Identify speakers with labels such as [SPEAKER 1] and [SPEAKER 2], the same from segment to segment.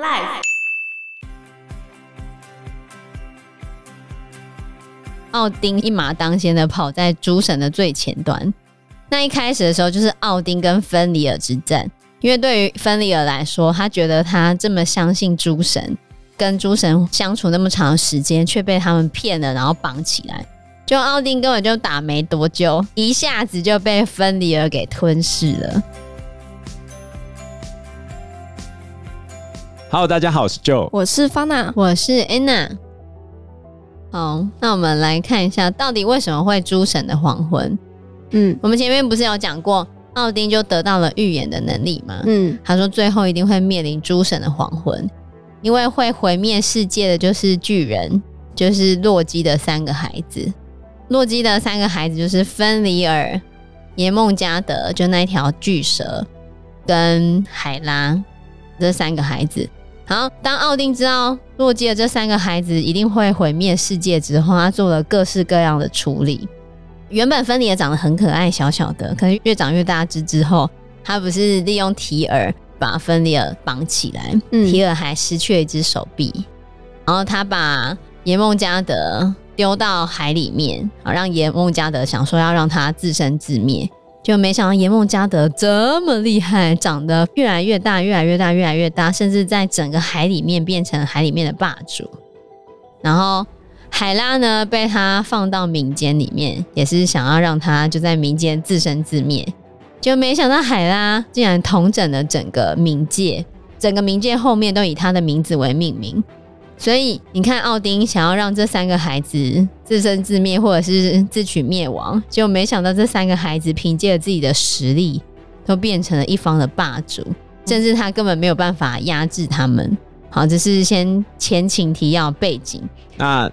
[SPEAKER 1] Life。
[SPEAKER 2] 奥丁一马当先的跑在主审的最前端。那一开始的时候，就是奥丁跟芬里尔之战，因为对于芬里尔来说，他觉得他这么相信诸神，跟诸神相处那么长的时间，却被他们骗了，然后绑起来。就奥丁根本就打没多久，一下子就被芬里尔给吞噬了。
[SPEAKER 3] Hello，大家好，我是 Joe。
[SPEAKER 4] 我是方娜，
[SPEAKER 2] 我是 Anna。好，那我们来看一下，到底为什么会诸神的黄昏？
[SPEAKER 4] 嗯
[SPEAKER 2] 我们前面不是有讲过，奥丁就得到了预言的能力吗？
[SPEAKER 4] 嗯，
[SPEAKER 2] 他说最后一定会面临诸神的黄昏，因为会毁灭世界的就是巨人，就是洛基的三个孩子。洛基的三个孩子就是芬里尔、耶梦加德，就那一条巨蛇，跟海拉这三个孩子。好，当奥丁知道洛基的这三个孩子一定会毁灭世界之后，他做了各式各样的处理。原本芬里尔长得很可爱，小小的，可是越长越大只之后，他不是利用提尔把芬里尔绑起来，
[SPEAKER 4] 嗯
[SPEAKER 2] 提尔还失去了一只手臂，然后他把耶梦加德丢到海里面，啊，让耶梦加德想说要让他自生自灭，就没想到耶梦加德这么厉害，长得越来越大，越来越大，越来越大，甚至在整个海里面变成海里面的霸主。然后海拉呢，被他放到民间里面，也是想要让他就在民间自生自灭。就没想到海拉竟然统整了整个冥界，整个冥界后面都以他的名字为命名。所以你看，奥丁想要让这三个孩子自生自灭，或者是自取灭亡，就没想到这三个孩子凭借着自己的实力，都变成了一方的霸主，甚至他根本没有办法压制他们。好，这是先前情提要背景。
[SPEAKER 3] 那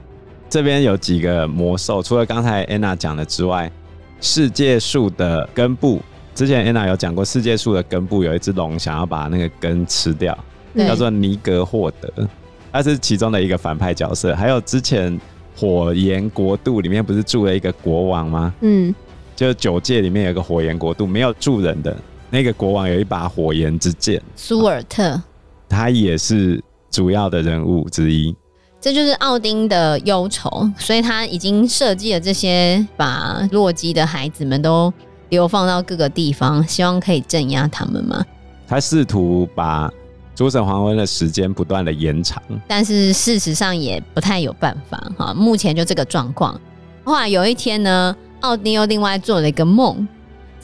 [SPEAKER 3] 这边有几个魔兽，除了刚才 Anna 讲的之外，世界树的根部，之前 Anna 有讲过，世界树的根部有一只龙想要把那个根吃掉，
[SPEAKER 2] 对
[SPEAKER 3] 叫做尼格霍德，他是其中的一个反派角色。还有之前火焰国度里面不是住了一个国王吗？
[SPEAKER 4] 嗯
[SPEAKER 3] 就是九界里面有一个火焰国度没有住人的那个国王有一把火焰之剑，
[SPEAKER 2] 苏尔特，
[SPEAKER 3] 他也是主要的人物之一。
[SPEAKER 2] 这就是奥丁的忧愁，所以他已经设计了这些把洛基的孩子们都流放到各个地方，希望可以镇压他们嘛。
[SPEAKER 3] 他试图把诸神黄昏的时间不断的延长。
[SPEAKER 2] 但是事实上也不太有办法哈。目前就这个状况。后来有一天呢，奥丁又另外做了一个梦，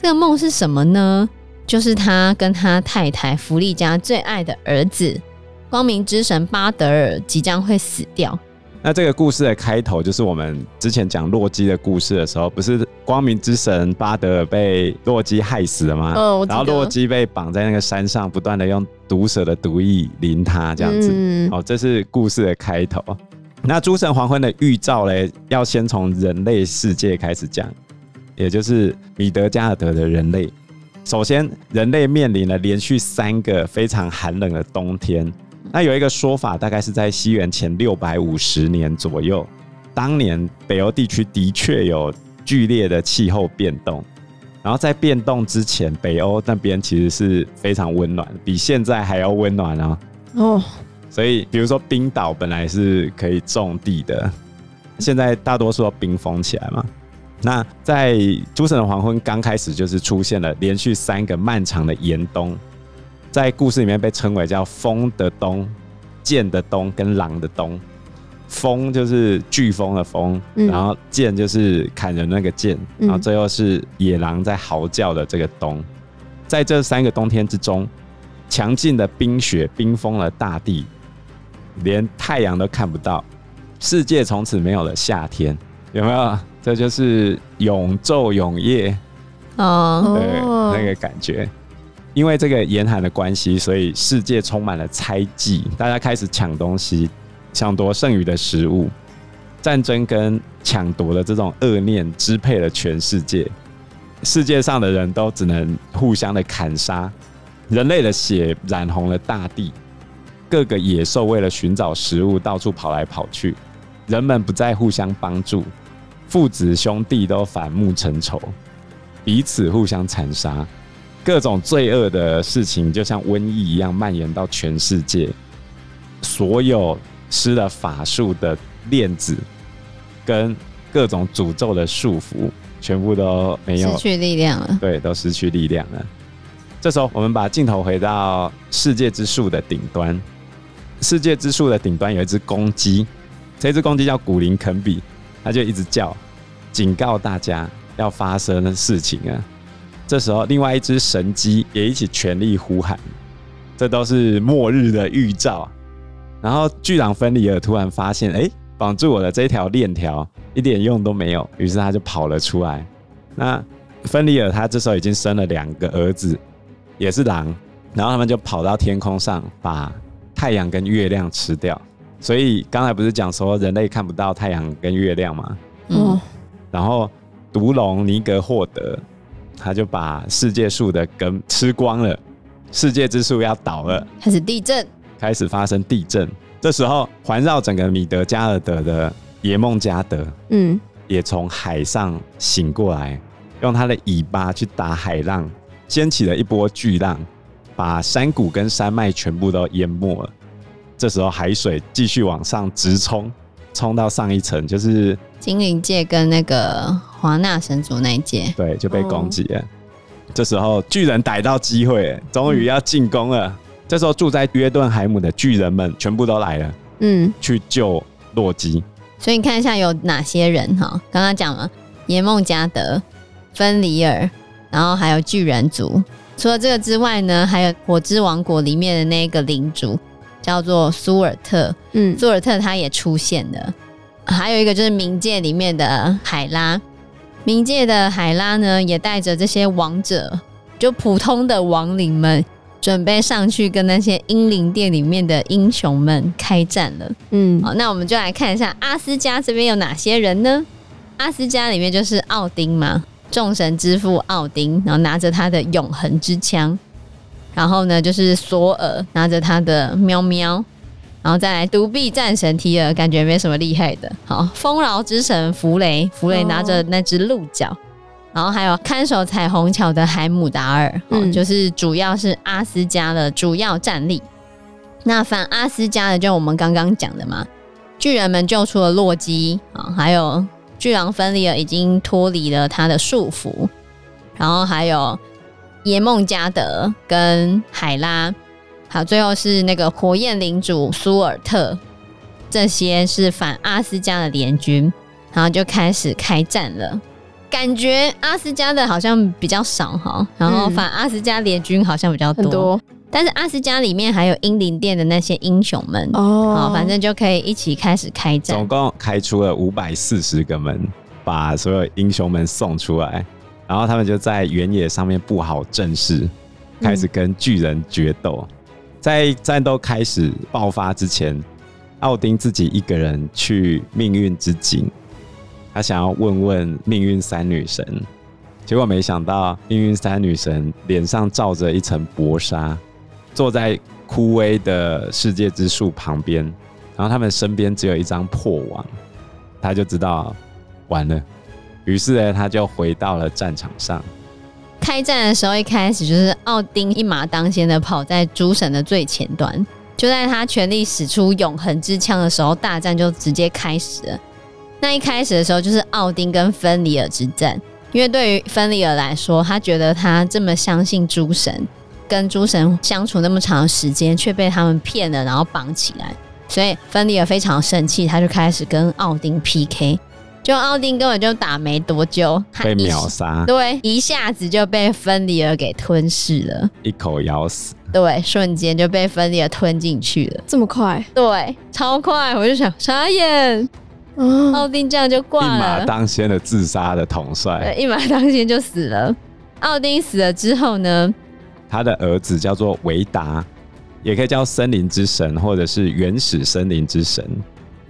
[SPEAKER 2] 这个梦是什么呢？就是他跟他太太弗利加最爱的儿子光明之神巴德尔即将会死掉。
[SPEAKER 3] 那这个故事的开头就是我们之前讲洛基的故事的时候，不是光明之神巴德尔被洛基害死了吗？
[SPEAKER 4] 哦我记得
[SPEAKER 3] 然后洛基被绑在那个山上，不断的用毒蛇的毒液淋他，这样子。
[SPEAKER 4] 嗯
[SPEAKER 3] 哦，这是故事的开头。那诸神黄昏的预兆嘞，要先从人类世界开始讲，也就是米德加尔德的人类。首先，人类面临了连续三个非常寒冷的冬天。那有一个说法，大概是在西元前六百五十年左右，当年北欧地区的确有剧烈的气候变动。然后在变动之前，北欧那边其实是非常温暖，比现在还要温暖哦。
[SPEAKER 1] 嗯
[SPEAKER 4] 哦，
[SPEAKER 3] 所以，比如说冰岛本来是可以种地的，现在大多数都冰封起来嘛。那在诸神的黄昏刚开始，就是出现了连续三个漫长的严冬，在故事里面被称为叫“风的冬”、“剑的冬”跟“狼的冬”。风就是飓风的风，
[SPEAKER 4] 嗯
[SPEAKER 3] 然后剑就是砍人那个剑，
[SPEAKER 4] 嗯
[SPEAKER 3] 然后最后是野狼在嚎叫的这个冬。在这三个冬天之中，强劲的冰雪冰封了大地，连太阳都看不到，世界从此没有了夏天，有没有？这就是永昼永夜
[SPEAKER 2] 哦，
[SPEAKER 3] 的
[SPEAKER 4] 哦
[SPEAKER 3] 那个感觉。因为这个严寒的关系，所以世界充满了猜忌，大家开始抢东西，抢夺剩余的食物。战争跟抢夺的这种恶念支配了全世界，世界上的人都只能互相的砍杀，人类的血染红了大地，各个野兽为了寻找食物到处跑来跑去，人们不再互相帮助，父子兄弟都反目成仇，彼此互相残杀，各种罪恶的事情就像瘟疫一样蔓延到全世界。所有施了法术的链子跟各种诅咒的束缚，全部都没有
[SPEAKER 2] 失去力量了。
[SPEAKER 3] 对，都失去力量了。这时候，我们把镜头回到世界之树的顶端。世界之树的顶端有一只公鸡，这只公鸡叫古灵肯比，它就一直叫，警告大家要发生的事情啊。这时候，另外一只神鸡也一起全力呼喊，这都是末日的预兆。然后，巨狼芬里尔突然发现，哎，绑住我的这条链条一点用都没有，于是他就跑了出来。那芬里尔他这时候已经生了两个儿子，也是狼，然后他们就跑到天空上，把太阳跟月亮吃掉。所以刚才不是讲说人类看不到太阳跟月亮吗？
[SPEAKER 2] 嗯
[SPEAKER 1] 哦，
[SPEAKER 3] 然后毒龙尼格霍德他就把世界树的根吃光了，世界之树要倒了。
[SPEAKER 2] 开始地震，
[SPEAKER 3] 开始发生地震。这时候，环绕整个米德加尔德的耶梦加德
[SPEAKER 1] 嗯，
[SPEAKER 3] 也从海上醒过来，用他的尾巴去打海浪，掀起了一波巨浪，把山谷跟山脉全部都淹没了。这时候，海水继续往上直冲，冲到上一层，就是
[SPEAKER 2] 精灵界跟那个华纳神族那一界，
[SPEAKER 3] 对，就被攻击了。这时候巨人逮到机会了，终于要进攻了。这时候住在约顿海姆的巨人们全部都来了，
[SPEAKER 1] 嗯，
[SPEAKER 3] 去救洛基。
[SPEAKER 2] 所以你看一下有哪些人哈，刚刚讲了耶梦加德、芬里尔，然后还有巨人族。除了这个之外呢，还有火之王国里面的那个领主叫做苏尔特，
[SPEAKER 1] 嗯，
[SPEAKER 2] 苏尔特他也出现了。还有一个就是冥界里面的海拉，冥界的海拉呢也带着这些王者，就普通的亡灵们，准备上去跟那些英灵殿里面的英雄们开战了。
[SPEAKER 1] 嗯，
[SPEAKER 2] 好，那我们就来看一下阿斯加这边有哪些人呢？阿斯加里面就是奥丁嘛，众神之父奥丁，然后拿着他的永恒之枪，然后呢就是索尔拿着他的喵喵，然后再来独臂战神提尔，感觉没什么厉害的。好，丰饶之神弗雷，弗雷拿着那只鹿角。然后还有看守彩虹桥的海姆达尔，哦
[SPEAKER 1] 嗯
[SPEAKER 2] 就是主要是阿斯加的主要战力。那反阿斯加的，就我们刚刚讲的嘛，巨人们救出了洛基啊，还有巨狼芬里尔已经脱离了他的束缚，然后还有耶梦加德跟海拉，好，最后是那个火焰领主苏尔特，这些是反阿斯加的联军，然后就开始开战了。感觉阿斯加的好像比较少哈，然后
[SPEAKER 1] 嗯
[SPEAKER 2] 反阿斯加联军好像比较
[SPEAKER 1] 很多
[SPEAKER 2] 但是阿斯加里面还有英灵殿的那些英雄们，哦，
[SPEAKER 1] 哦
[SPEAKER 2] 反正就可以一起开始开
[SPEAKER 3] 总
[SPEAKER 2] 战。
[SPEAKER 3] 共开出了五百四十个门，把所有英雄们送出来，然后他们就在原野上面布好阵势，
[SPEAKER 2] 嗯
[SPEAKER 3] 开始跟巨人决斗。在战斗开始爆发之前，奥丁自己一个人去命运之井，他想要问问命运三女神，结果没想到命运三女神脸上罩着一层薄纱，坐在枯萎的世界之树旁边，然后他们身边只有一张破网，他就知道完了。于是呢，他就回到了战场上。
[SPEAKER 2] 开战的时候，一开始就是奥丁一马当先的跑在诸神的最前端，就在他全力使出永恒之枪的时候，大战就直接开始了。那一开始的时候，就是奥丁跟芬里尔之战，因为对于芬里尔来说，他觉得他这么相信诸神，跟诸神相处那么长的时间，却被他们骗了，然后绑起来，所以芬里尔非常生气，他就开始跟奥丁 PK。就奥丁根本就打没多久，他
[SPEAKER 3] 被
[SPEAKER 2] 一
[SPEAKER 3] 秒杀，
[SPEAKER 2] 对，一下子就被芬里尔给吞噬了，
[SPEAKER 3] 一口咬死。
[SPEAKER 2] 对，瞬间就被芬里尔吞进去了，
[SPEAKER 1] 这么快，
[SPEAKER 2] 对，超快，我就想傻眼，
[SPEAKER 1] 哦，
[SPEAKER 2] 奥丁这样就
[SPEAKER 3] 嗯一
[SPEAKER 2] 挂
[SPEAKER 3] 马
[SPEAKER 2] 了，
[SPEAKER 3] 当先的自杀的统
[SPEAKER 2] 对，
[SPEAKER 3] 帅，
[SPEAKER 2] 一马当先就死了。奥丁死了之后呢，
[SPEAKER 3] 他的儿子叫做维达，也可以叫森林之神，或者是原始森林之神。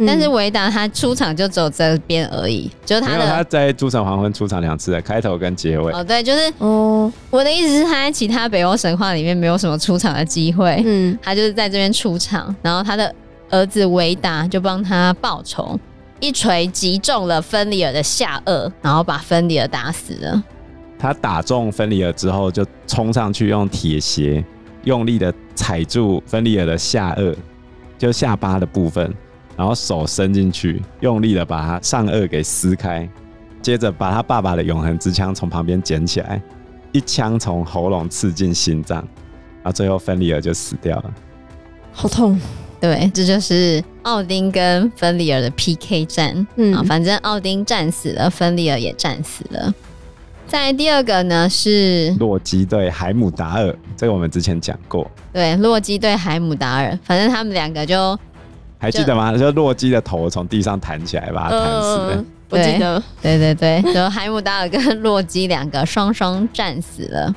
[SPEAKER 2] 但是
[SPEAKER 1] 嗯
[SPEAKER 2] 维达他出场就只有这边而已，就是
[SPEAKER 3] 没
[SPEAKER 2] 他
[SPEAKER 3] 有，他
[SPEAKER 2] 的
[SPEAKER 3] 在《诸神黄昏》出场两次的，开头跟结尾。
[SPEAKER 2] 哦，对，就是
[SPEAKER 1] 哦，
[SPEAKER 2] 我的意思是他在其他北欧神话里面没有什么出场的机会，
[SPEAKER 1] 嗯，
[SPEAKER 2] 他就是在这边出场，然后他的儿子维达就帮他报仇，一锤击中了芬里尔的下颚，然后把芬里尔打死了。
[SPEAKER 3] 他打中芬里尔之后，就冲上去用铁鞋用力的踩住芬里尔的下颚，就下巴的部分，然后手伸进去，用力的把它上颚给撕开，接着把他爸爸的永恒之枪从旁边捡起来，一枪从喉咙刺进心脏，然后最后芬利尔就死掉了。
[SPEAKER 1] 好痛，
[SPEAKER 2] 对，这就是奥丁跟芬利尔的 PK 战。
[SPEAKER 1] 嗯
[SPEAKER 2] 啊，反正奥丁战死了，芬利尔也战死了。再来第二个呢是
[SPEAKER 3] 洛基对海姆达尔，这个我们之前讲过，
[SPEAKER 2] 对洛基对海姆达尔，反正他们两个就
[SPEAKER 3] 还记得吗？就洛基的头从地上弹起来，把他弹死的。
[SPEAKER 1] 嗯，我记得，
[SPEAKER 2] 对对对，就海姆达尔跟洛基两个双双战死了。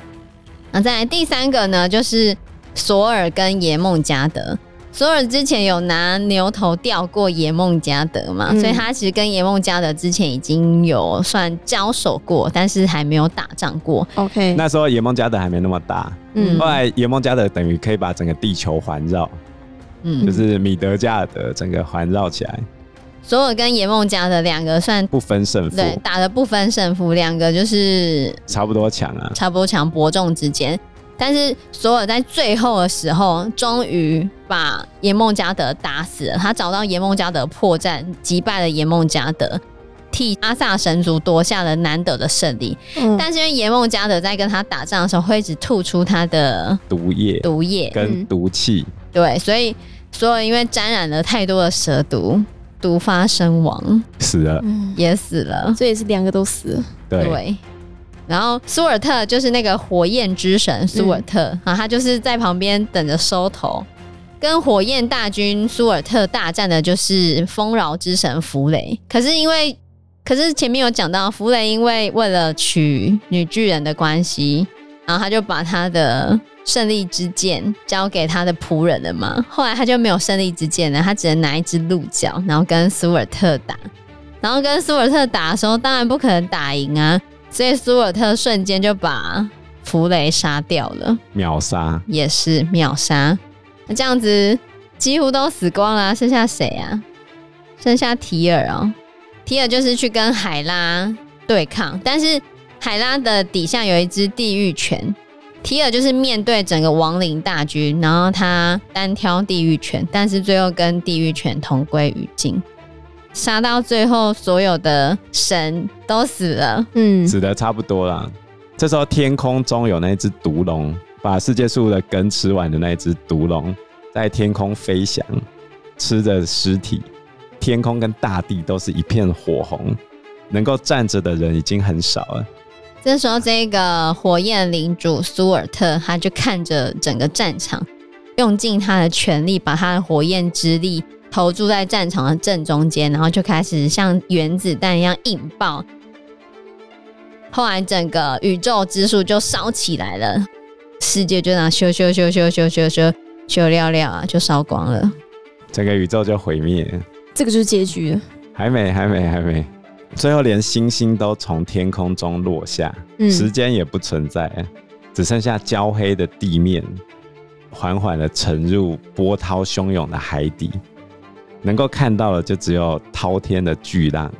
[SPEAKER 2] 那再来第三个呢就是索尔跟耶梦加德。索尔之前有拿牛头吊过耶梦加德嘛，
[SPEAKER 1] 嗯
[SPEAKER 2] 所以他其实跟耶梦加德之前已经有算交手过，但是还没有打仗过。
[SPEAKER 1] OK，
[SPEAKER 3] 那时候野梦加德还没那么大，
[SPEAKER 1] 嗯
[SPEAKER 3] 后来野梦加德等于可以把整个地球环绕，
[SPEAKER 2] 嗯，
[SPEAKER 3] 就是米德加尔德整个环绕起来，
[SPEAKER 2] 索尔跟耶梦加德两个算
[SPEAKER 3] 不分胜负，
[SPEAKER 2] 对打的不分胜负，两个就是
[SPEAKER 3] 差不多强啊。
[SPEAKER 2] 差不多强伯仲之间。但是索尔在最后的时候，终于把耶梦加德打死了。他找到耶梦加德破绽，击败了耶梦加德，替阿萨神族夺下了难得的胜利。
[SPEAKER 1] 嗯
[SPEAKER 2] 但是因为耶梦加德在跟他打仗的时候，会一直吐出他的
[SPEAKER 3] 毒液
[SPEAKER 2] 毒液，嗯
[SPEAKER 3] 跟毒气，
[SPEAKER 2] 对，所以索尔因为沾染了太多的蛇毒，毒发身亡，
[SPEAKER 3] 死了。
[SPEAKER 1] 嗯，
[SPEAKER 2] 也死了。
[SPEAKER 1] 这也是两个都死了，
[SPEAKER 3] 对，
[SPEAKER 2] 对。然后苏尔特就是那个火焰之神苏尔特，然后他就是在旁边等着收头。跟火焰大军苏尔特大战的就是丰饶之神弗雷，可是因为，可是前面有讲到弗雷因为为了娶女巨人的关系，然后他就把他的胜利之剑交给他的仆人了嘛。后来他就没有胜利之剑了，他只能拿一只鹿角，然后跟苏尔特打。然后跟苏尔特打的时候，当然不可能打赢啊，所以苏尔特瞬间就把弗雷杀掉了，
[SPEAKER 3] 秒杀。
[SPEAKER 2] 也是秒杀。那这样子几乎都死光了啊、剩下谁啊？剩下提尔哦，提尔就是去跟海拉对抗，但是海拉的底下有一只地狱犬，提尔就是面对整个亡灵大军，然后他单挑地狱犬，但是最后跟地狱犬同归于尽。杀到最后，所有的神都死了，
[SPEAKER 1] 嗯
[SPEAKER 3] 死的差不多啦。这时候天空中有那只毒龙，把世界树的根吃完的那只毒龙，在天空飞翔，吃着尸体。天空跟大地都是一片火红，能够站着的人已经很少了。
[SPEAKER 2] 这时候，这个火焰领主苏尔特，他就看着整个战场，用尽他的全力，把他的火焰之力投注在战场的正中间，然后就开始像原子弹一样引爆。后来，整个宇宙之树就烧起来了，世界就那样咻咻咻咻咻咻咻咻亮亮啊，就烧光了。
[SPEAKER 3] 整个宇宙就毁灭了。
[SPEAKER 1] 这个就是结局了，
[SPEAKER 3] 还没，还没，还没。最后连星星都从天空中落下，
[SPEAKER 1] 嗯
[SPEAKER 3] 时间也不存在了，只剩下焦黑的地面，缓缓的沉入波涛汹涌的海底。能够看到的就只有滔天的巨浪，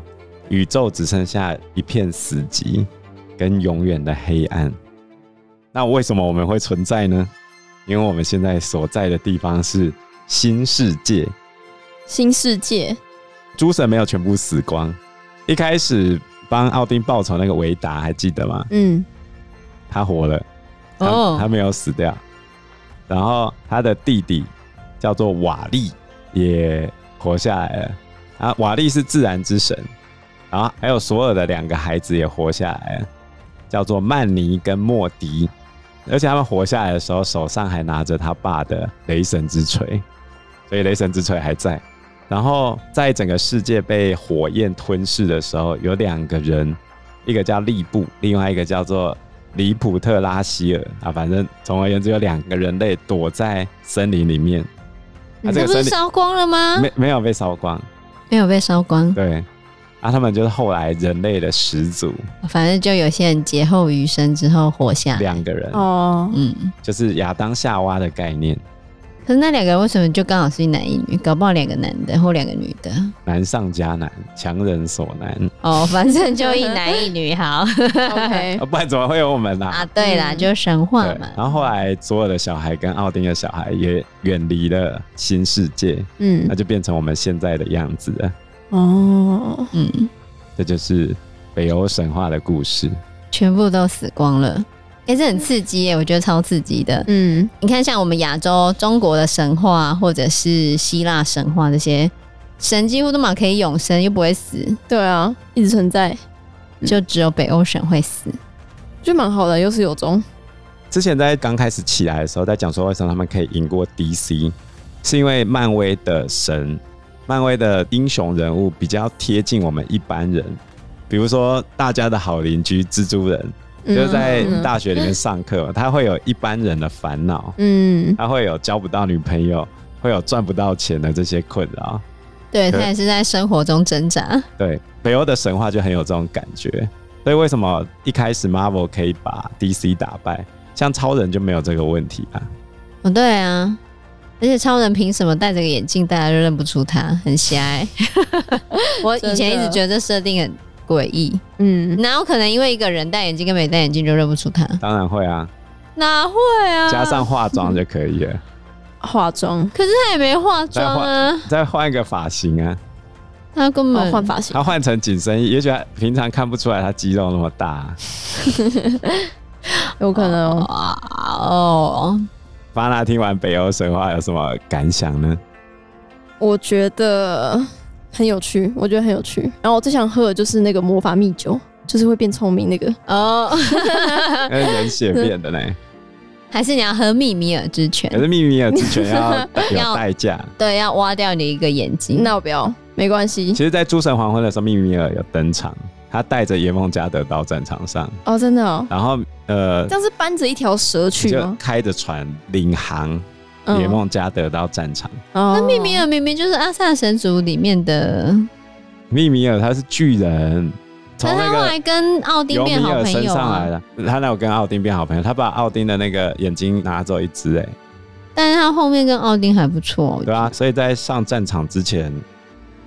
[SPEAKER 3] 宇宙只剩下一片死寂跟永远的黑暗。那为什么我们会存在呢？因为我们现在所在的地方是新世界，
[SPEAKER 1] 新世界，
[SPEAKER 3] 诸神没有全部死光。一开始帮奥丁报仇那个维达还记得吗？
[SPEAKER 1] 嗯
[SPEAKER 3] 他活了，他、
[SPEAKER 2] 哦
[SPEAKER 3] 他没有死掉。然后他的弟弟叫做瓦力也活下来了。啊，瓦力是自然之神，然后还有索尔的两个孩子也活下来了，叫做曼尼跟莫迪。而且他们活下来的时候，手上还拿着他爸的雷神之锤，所以雷神之锤还在。然后在整个世界被火焰吞噬的时候，有两个人，一个叫利布，另外一个叫做里普特拉希尔啊，反正总而言之，有两个人类躲在森林里面。啊，
[SPEAKER 1] 嗯
[SPEAKER 2] 这
[SPEAKER 3] 这个
[SPEAKER 2] 不
[SPEAKER 3] 森
[SPEAKER 2] 是
[SPEAKER 3] 林
[SPEAKER 2] 烧光了吗？
[SPEAKER 3] 没没有被烧光，
[SPEAKER 2] 没有被烧光，
[SPEAKER 3] 对。啊，他们就是后来人类的始祖，
[SPEAKER 2] 反正就有些人劫后余生之后活下来。
[SPEAKER 3] 两个人，
[SPEAKER 1] 哦，
[SPEAKER 2] 嗯，
[SPEAKER 3] 就是亚当夏娃的概念。
[SPEAKER 2] 可是那两个人为什么就刚好是一男一女？搞不好两个男的或两个女的
[SPEAKER 3] 难上加难，强人所难
[SPEAKER 2] 哦，反正就一男一女好
[SPEAKER 1] OK，
[SPEAKER 3] 啊，不然怎么会有我们呢、
[SPEAKER 2] 啊。对啦，
[SPEAKER 1] 嗯
[SPEAKER 2] 就神话
[SPEAKER 3] 对
[SPEAKER 2] 嘛，。
[SPEAKER 3] 然后后来左尔的小孩跟奥丁的小孩也远离了新世界，
[SPEAKER 1] 嗯
[SPEAKER 3] 那，就变成我们现在的样子了。
[SPEAKER 1] 哦，
[SPEAKER 2] 嗯，
[SPEAKER 3] 这就是北欧神话的故事。
[SPEAKER 2] 全部都死光了。哎、这很刺激耶！我觉得超刺激的。
[SPEAKER 1] 嗯
[SPEAKER 2] 你看，像我们亚洲中国的神话，或者是希腊神话这些神，几乎都嘛可以永生，又不会死，
[SPEAKER 1] 对啊，一直存在，
[SPEAKER 2] 就只有北欧神会死。
[SPEAKER 1] 就蛮好的，有始有终。
[SPEAKER 3] 之前在刚开始起来的时候，在讲说为什么他们可以赢过 DC，是因为漫威的神、漫威的英雄人物比较贴近我们一般人，比如说大家的好邻居蜘蛛人，就是在
[SPEAKER 1] 嗯
[SPEAKER 3] 大学里面上课嘛，他会有一般人的烦恼，
[SPEAKER 1] 嗯，
[SPEAKER 3] 他会有交不到女朋友，会有赚不到钱的这些困扰。
[SPEAKER 2] 对他
[SPEAKER 3] 对
[SPEAKER 2] 也是在生活中挣扎。
[SPEAKER 3] 对，北欧的神话就很有这种感觉。所以为什么一开始 Marvel 可以把 DC 打败，像超人就没有这个问题啊？
[SPEAKER 2] 不对啊，而且超人凭什么戴着个眼镜，大家就认不出他？很狭隘。我以前一直觉得这设定很诡异，
[SPEAKER 1] 嗯，
[SPEAKER 2] 哪有可能因为一个人戴眼镜跟没戴眼镜就认不出他？
[SPEAKER 3] 当然会啊，
[SPEAKER 2] 哪会啊？
[SPEAKER 3] 加上化妆就可以 了，
[SPEAKER 1] 化妆，
[SPEAKER 2] 可是他也没化妆啊，
[SPEAKER 3] 再换一个发型啊，
[SPEAKER 2] 他根
[SPEAKER 1] 哦
[SPEAKER 2] 本
[SPEAKER 1] 换发型，
[SPEAKER 3] 他换成紧身衣，也许他平常看不出来他肌肉那么大啊。
[SPEAKER 1] 有可能哦。
[SPEAKER 2] 哇哦，
[SPEAKER 3] 巴娜听完北欧神话有什么感想 呢？
[SPEAKER 1] 我觉得很有趣，我觉得很有趣。然后我最想喝的就是那个魔法蜜酒，就是会变聪明那个。
[SPEAKER 2] 哦，
[SPEAKER 3] 那是人血变的呢，
[SPEAKER 2] 还是你要喝密米尔之
[SPEAKER 3] 可
[SPEAKER 2] 泉？
[SPEAKER 3] 是秘密有之前 要有
[SPEAKER 2] 要
[SPEAKER 3] 代价。
[SPEAKER 2] 对，要挖掉你一个眼睛。
[SPEAKER 1] 那我不要，没关系
[SPEAKER 3] 其。实，在诸神黄昏的时候，秘密尔有登场，他带着耶梦加德到战场上，
[SPEAKER 1] 哦，真的哦，
[SPEAKER 3] 然后呃
[SPEAKER 1] 这，样是搬着一条蛇去
[SPEAKER 3] 就
[SPEAKER 1] 吗？
[SPEAKER 3] 开着船领航
[SPEAKER 1] 嗯
[SPEAKER 3] 野梦加德到战场。
[SPEAKER 1] 哦，
[SPEAKER 2] 那密米尔明明就是阿萨神族里面的，
[SPEAKER 3] 秘密尔他是巨人，
[SPEAKER 2] 可
[SPEAKER 3] 从
[SPEAKER 2] 是
[SPEAKER 3] 那
[SPEAKER 2] 他后
[SPEAKER 3] 个
[SPEAKER 2] 来跟奥丁
[SPEAKER 3] 尤米
[SPEAKER 2] 变好
[SPEAKER 3] 尔
[SPEAKER 2] 朋
[SPEAKER 3] 升
[SPEAKER 2] 友
[SPEAKER 3] 上
[SPEAKER 2] 啊
[SPEAKER 3] 来。了，他哪有跟奥丁变好朋友？他把奥丁的那个眼睛拿走一只，哎，
[SPEAKER 2] 但是他后面跟奥丁还不错、我觉
[SPEAKER 3] 对
[SPEAKER 2] 得
[SPEAKER 3] 啊，所以在上战场之前，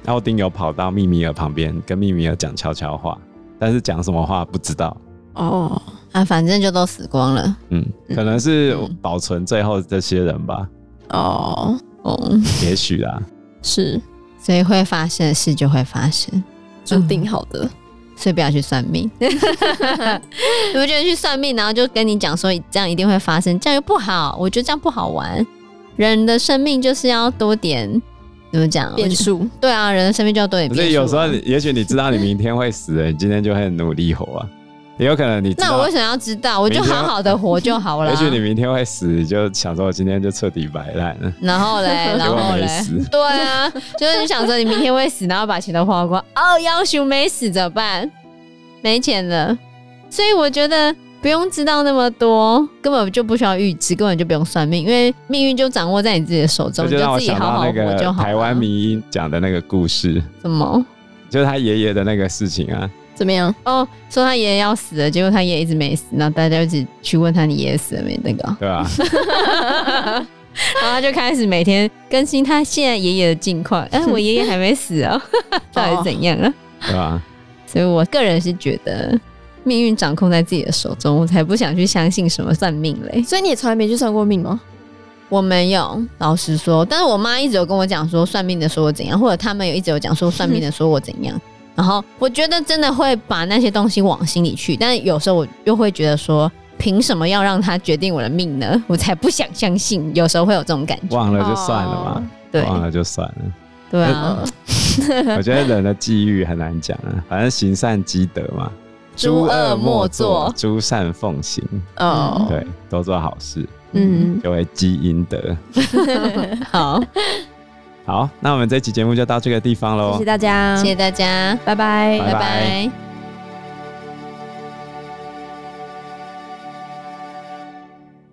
[SPEAKER 3] 奥丁有跑到秘密尔旁边跟秘密尔讲悄悄话，但是讲什么话不知道。
[SPEAKER 1] 哦，
[SPEAKER 2] 啊，反正就都死光了。
[SPEAKER 3] 嗯，可能是
[SPEAKER 2] 嗯
[SPEAKER 3] 保存最后这些人 吧，
[SPEAKER 1] 哦，
[SPEAKER 2] 哦，
[SPEAKER 3] 也许啦。
[SPEAKER 1] 是
[SPEAKER 2] 所以会发生的事就会发生，
[SPEAKER 1] 注定好的。
[SPEAKER 2] 所以不要去算命。你不觉得去算命，然后就跟你讲说哎这样一定会发生，这样又不好，我觉得这样不好玩。人的生命就是要多点怎么讲？我
[SPEAKER 1] 变
[SPEAKER 2] 觉得
[SPEAKER 1] 数，
[SPEAKER 2] 对啊，人的生命就要多点
[SPEAKER 3] 可是
[SPEAKER 2] 变数啊。
[SPEAKER 3] 有时候你，也许你知道你明天会死了，你今天就会很努力活啊。也有可能你知
[SPEAKER 2] 那我
[SPEAKER 3] 道
[SPEAKER 2] 为，什么要知道？我就
[SPEAKER 3] 明天
[SPEAKER 2] 好好的活就好了
[SPEAKER 3] 也。许啊你明天会死，你就想说我今天就彻底摆烂了。
[SPEAKER 2] 然后 嘞，然
[SPEAKER 3] 结果
[SPEAKER 2] 后
[SPEAKER 3] 没
[SPEAKER 2] 嘞，
[SPEAKER 3] 死
[SPEAKER 2] 对啊，就是你想说你明天会死，然后把钱都花光，哦，要求没死怎么办？没钱了，所以我觉得不用知道那么多，根本就不需要预知，根本就不用算命，因为命运就掌握在你自己的手中，
[SPEAKER 3] 这
[SPEAKER 2] 你
[SPEAKER 3] 就
[SPEAKER 2] 就
[SPEAKER 3] 让我
[SPEAKER 2] 自己
[SPEAKER 3] 想
[SPEAKER 2] 好
[SPEAKER 3] 到
[SPEAKER 2] 好
[SPEAKER 3] 那
[SPEAKER 2] 活
[SPEAKER 3] 个
[SPEAKER 2] 就好了。
[SPEAKER 3] 台湾迷音讲的那个故事，
[SPEAKER 2] 怎么？
[SPEAKER 3] 就是他爷爷的那个事情啊。
[SPEAKER 1] 怎么样？
[SPEAKER 2] 哦，说他爷爷要死了，结果他爷爷一直没死，然后大家一直去问他你爷爷死了没那 个，
[SPEAKER 3] 对吧、
[SPEAKER 2] 然后他就开始每天更新他现在爷爷的近况。哎、我爷爷还没死哦， 到底是怎样啊？
[SPEAKER 3] 对吧、
[SPEAKER 2] 所以我个人是觉得命运掌控在自己的手中，我才不想去相信什么算命嘞。
[SPEAKER 1] 所以你也从来没去算过命吗？
[SPEAKER 2] 我没有，老实说，但是我妈一直有跟我讲说算命的说我怎样，或者他们有一直有讲说算命的说我怎样。然后我觉得真的会把那些东西往心里去，但是有时候我又会觉得说，凭什么要让他决定我的命呢？我才不想相信。有时候会有这种感觉，
[SPEAKER 3] 忘了就算了嘛，
[SPEAKER 2] 哦对
[SPEAKER 3] 忘了就算了。
[SPEAKER 2] 对啊，
[SPEAKER 3] 我觉得人的际遇很难讲啊，反正行善积德嘛，
[SPEAKER 2] 诸恶莫作
[SPEAKER 3] 诸善奉行，
[SPEAKER 1] 哦，
[SPEAKER 3] 对，多做好事
[SPEAKER 1] 嗯，
[SPEAKER 3] 就会积阴德。
[SPEAKER 1] 呃
[SPEAKER 2] 好，
[SPEAKER 3] 好，那我们这期节目就到这个地方喽，
[SPEAKER 1] 谢谢大家，
[SPEAKER 2] 谢谢大家，
[SPEAKER 1] 拜拜
[SPEAKER 3] 拜
[SPEAKER 2] 拜拜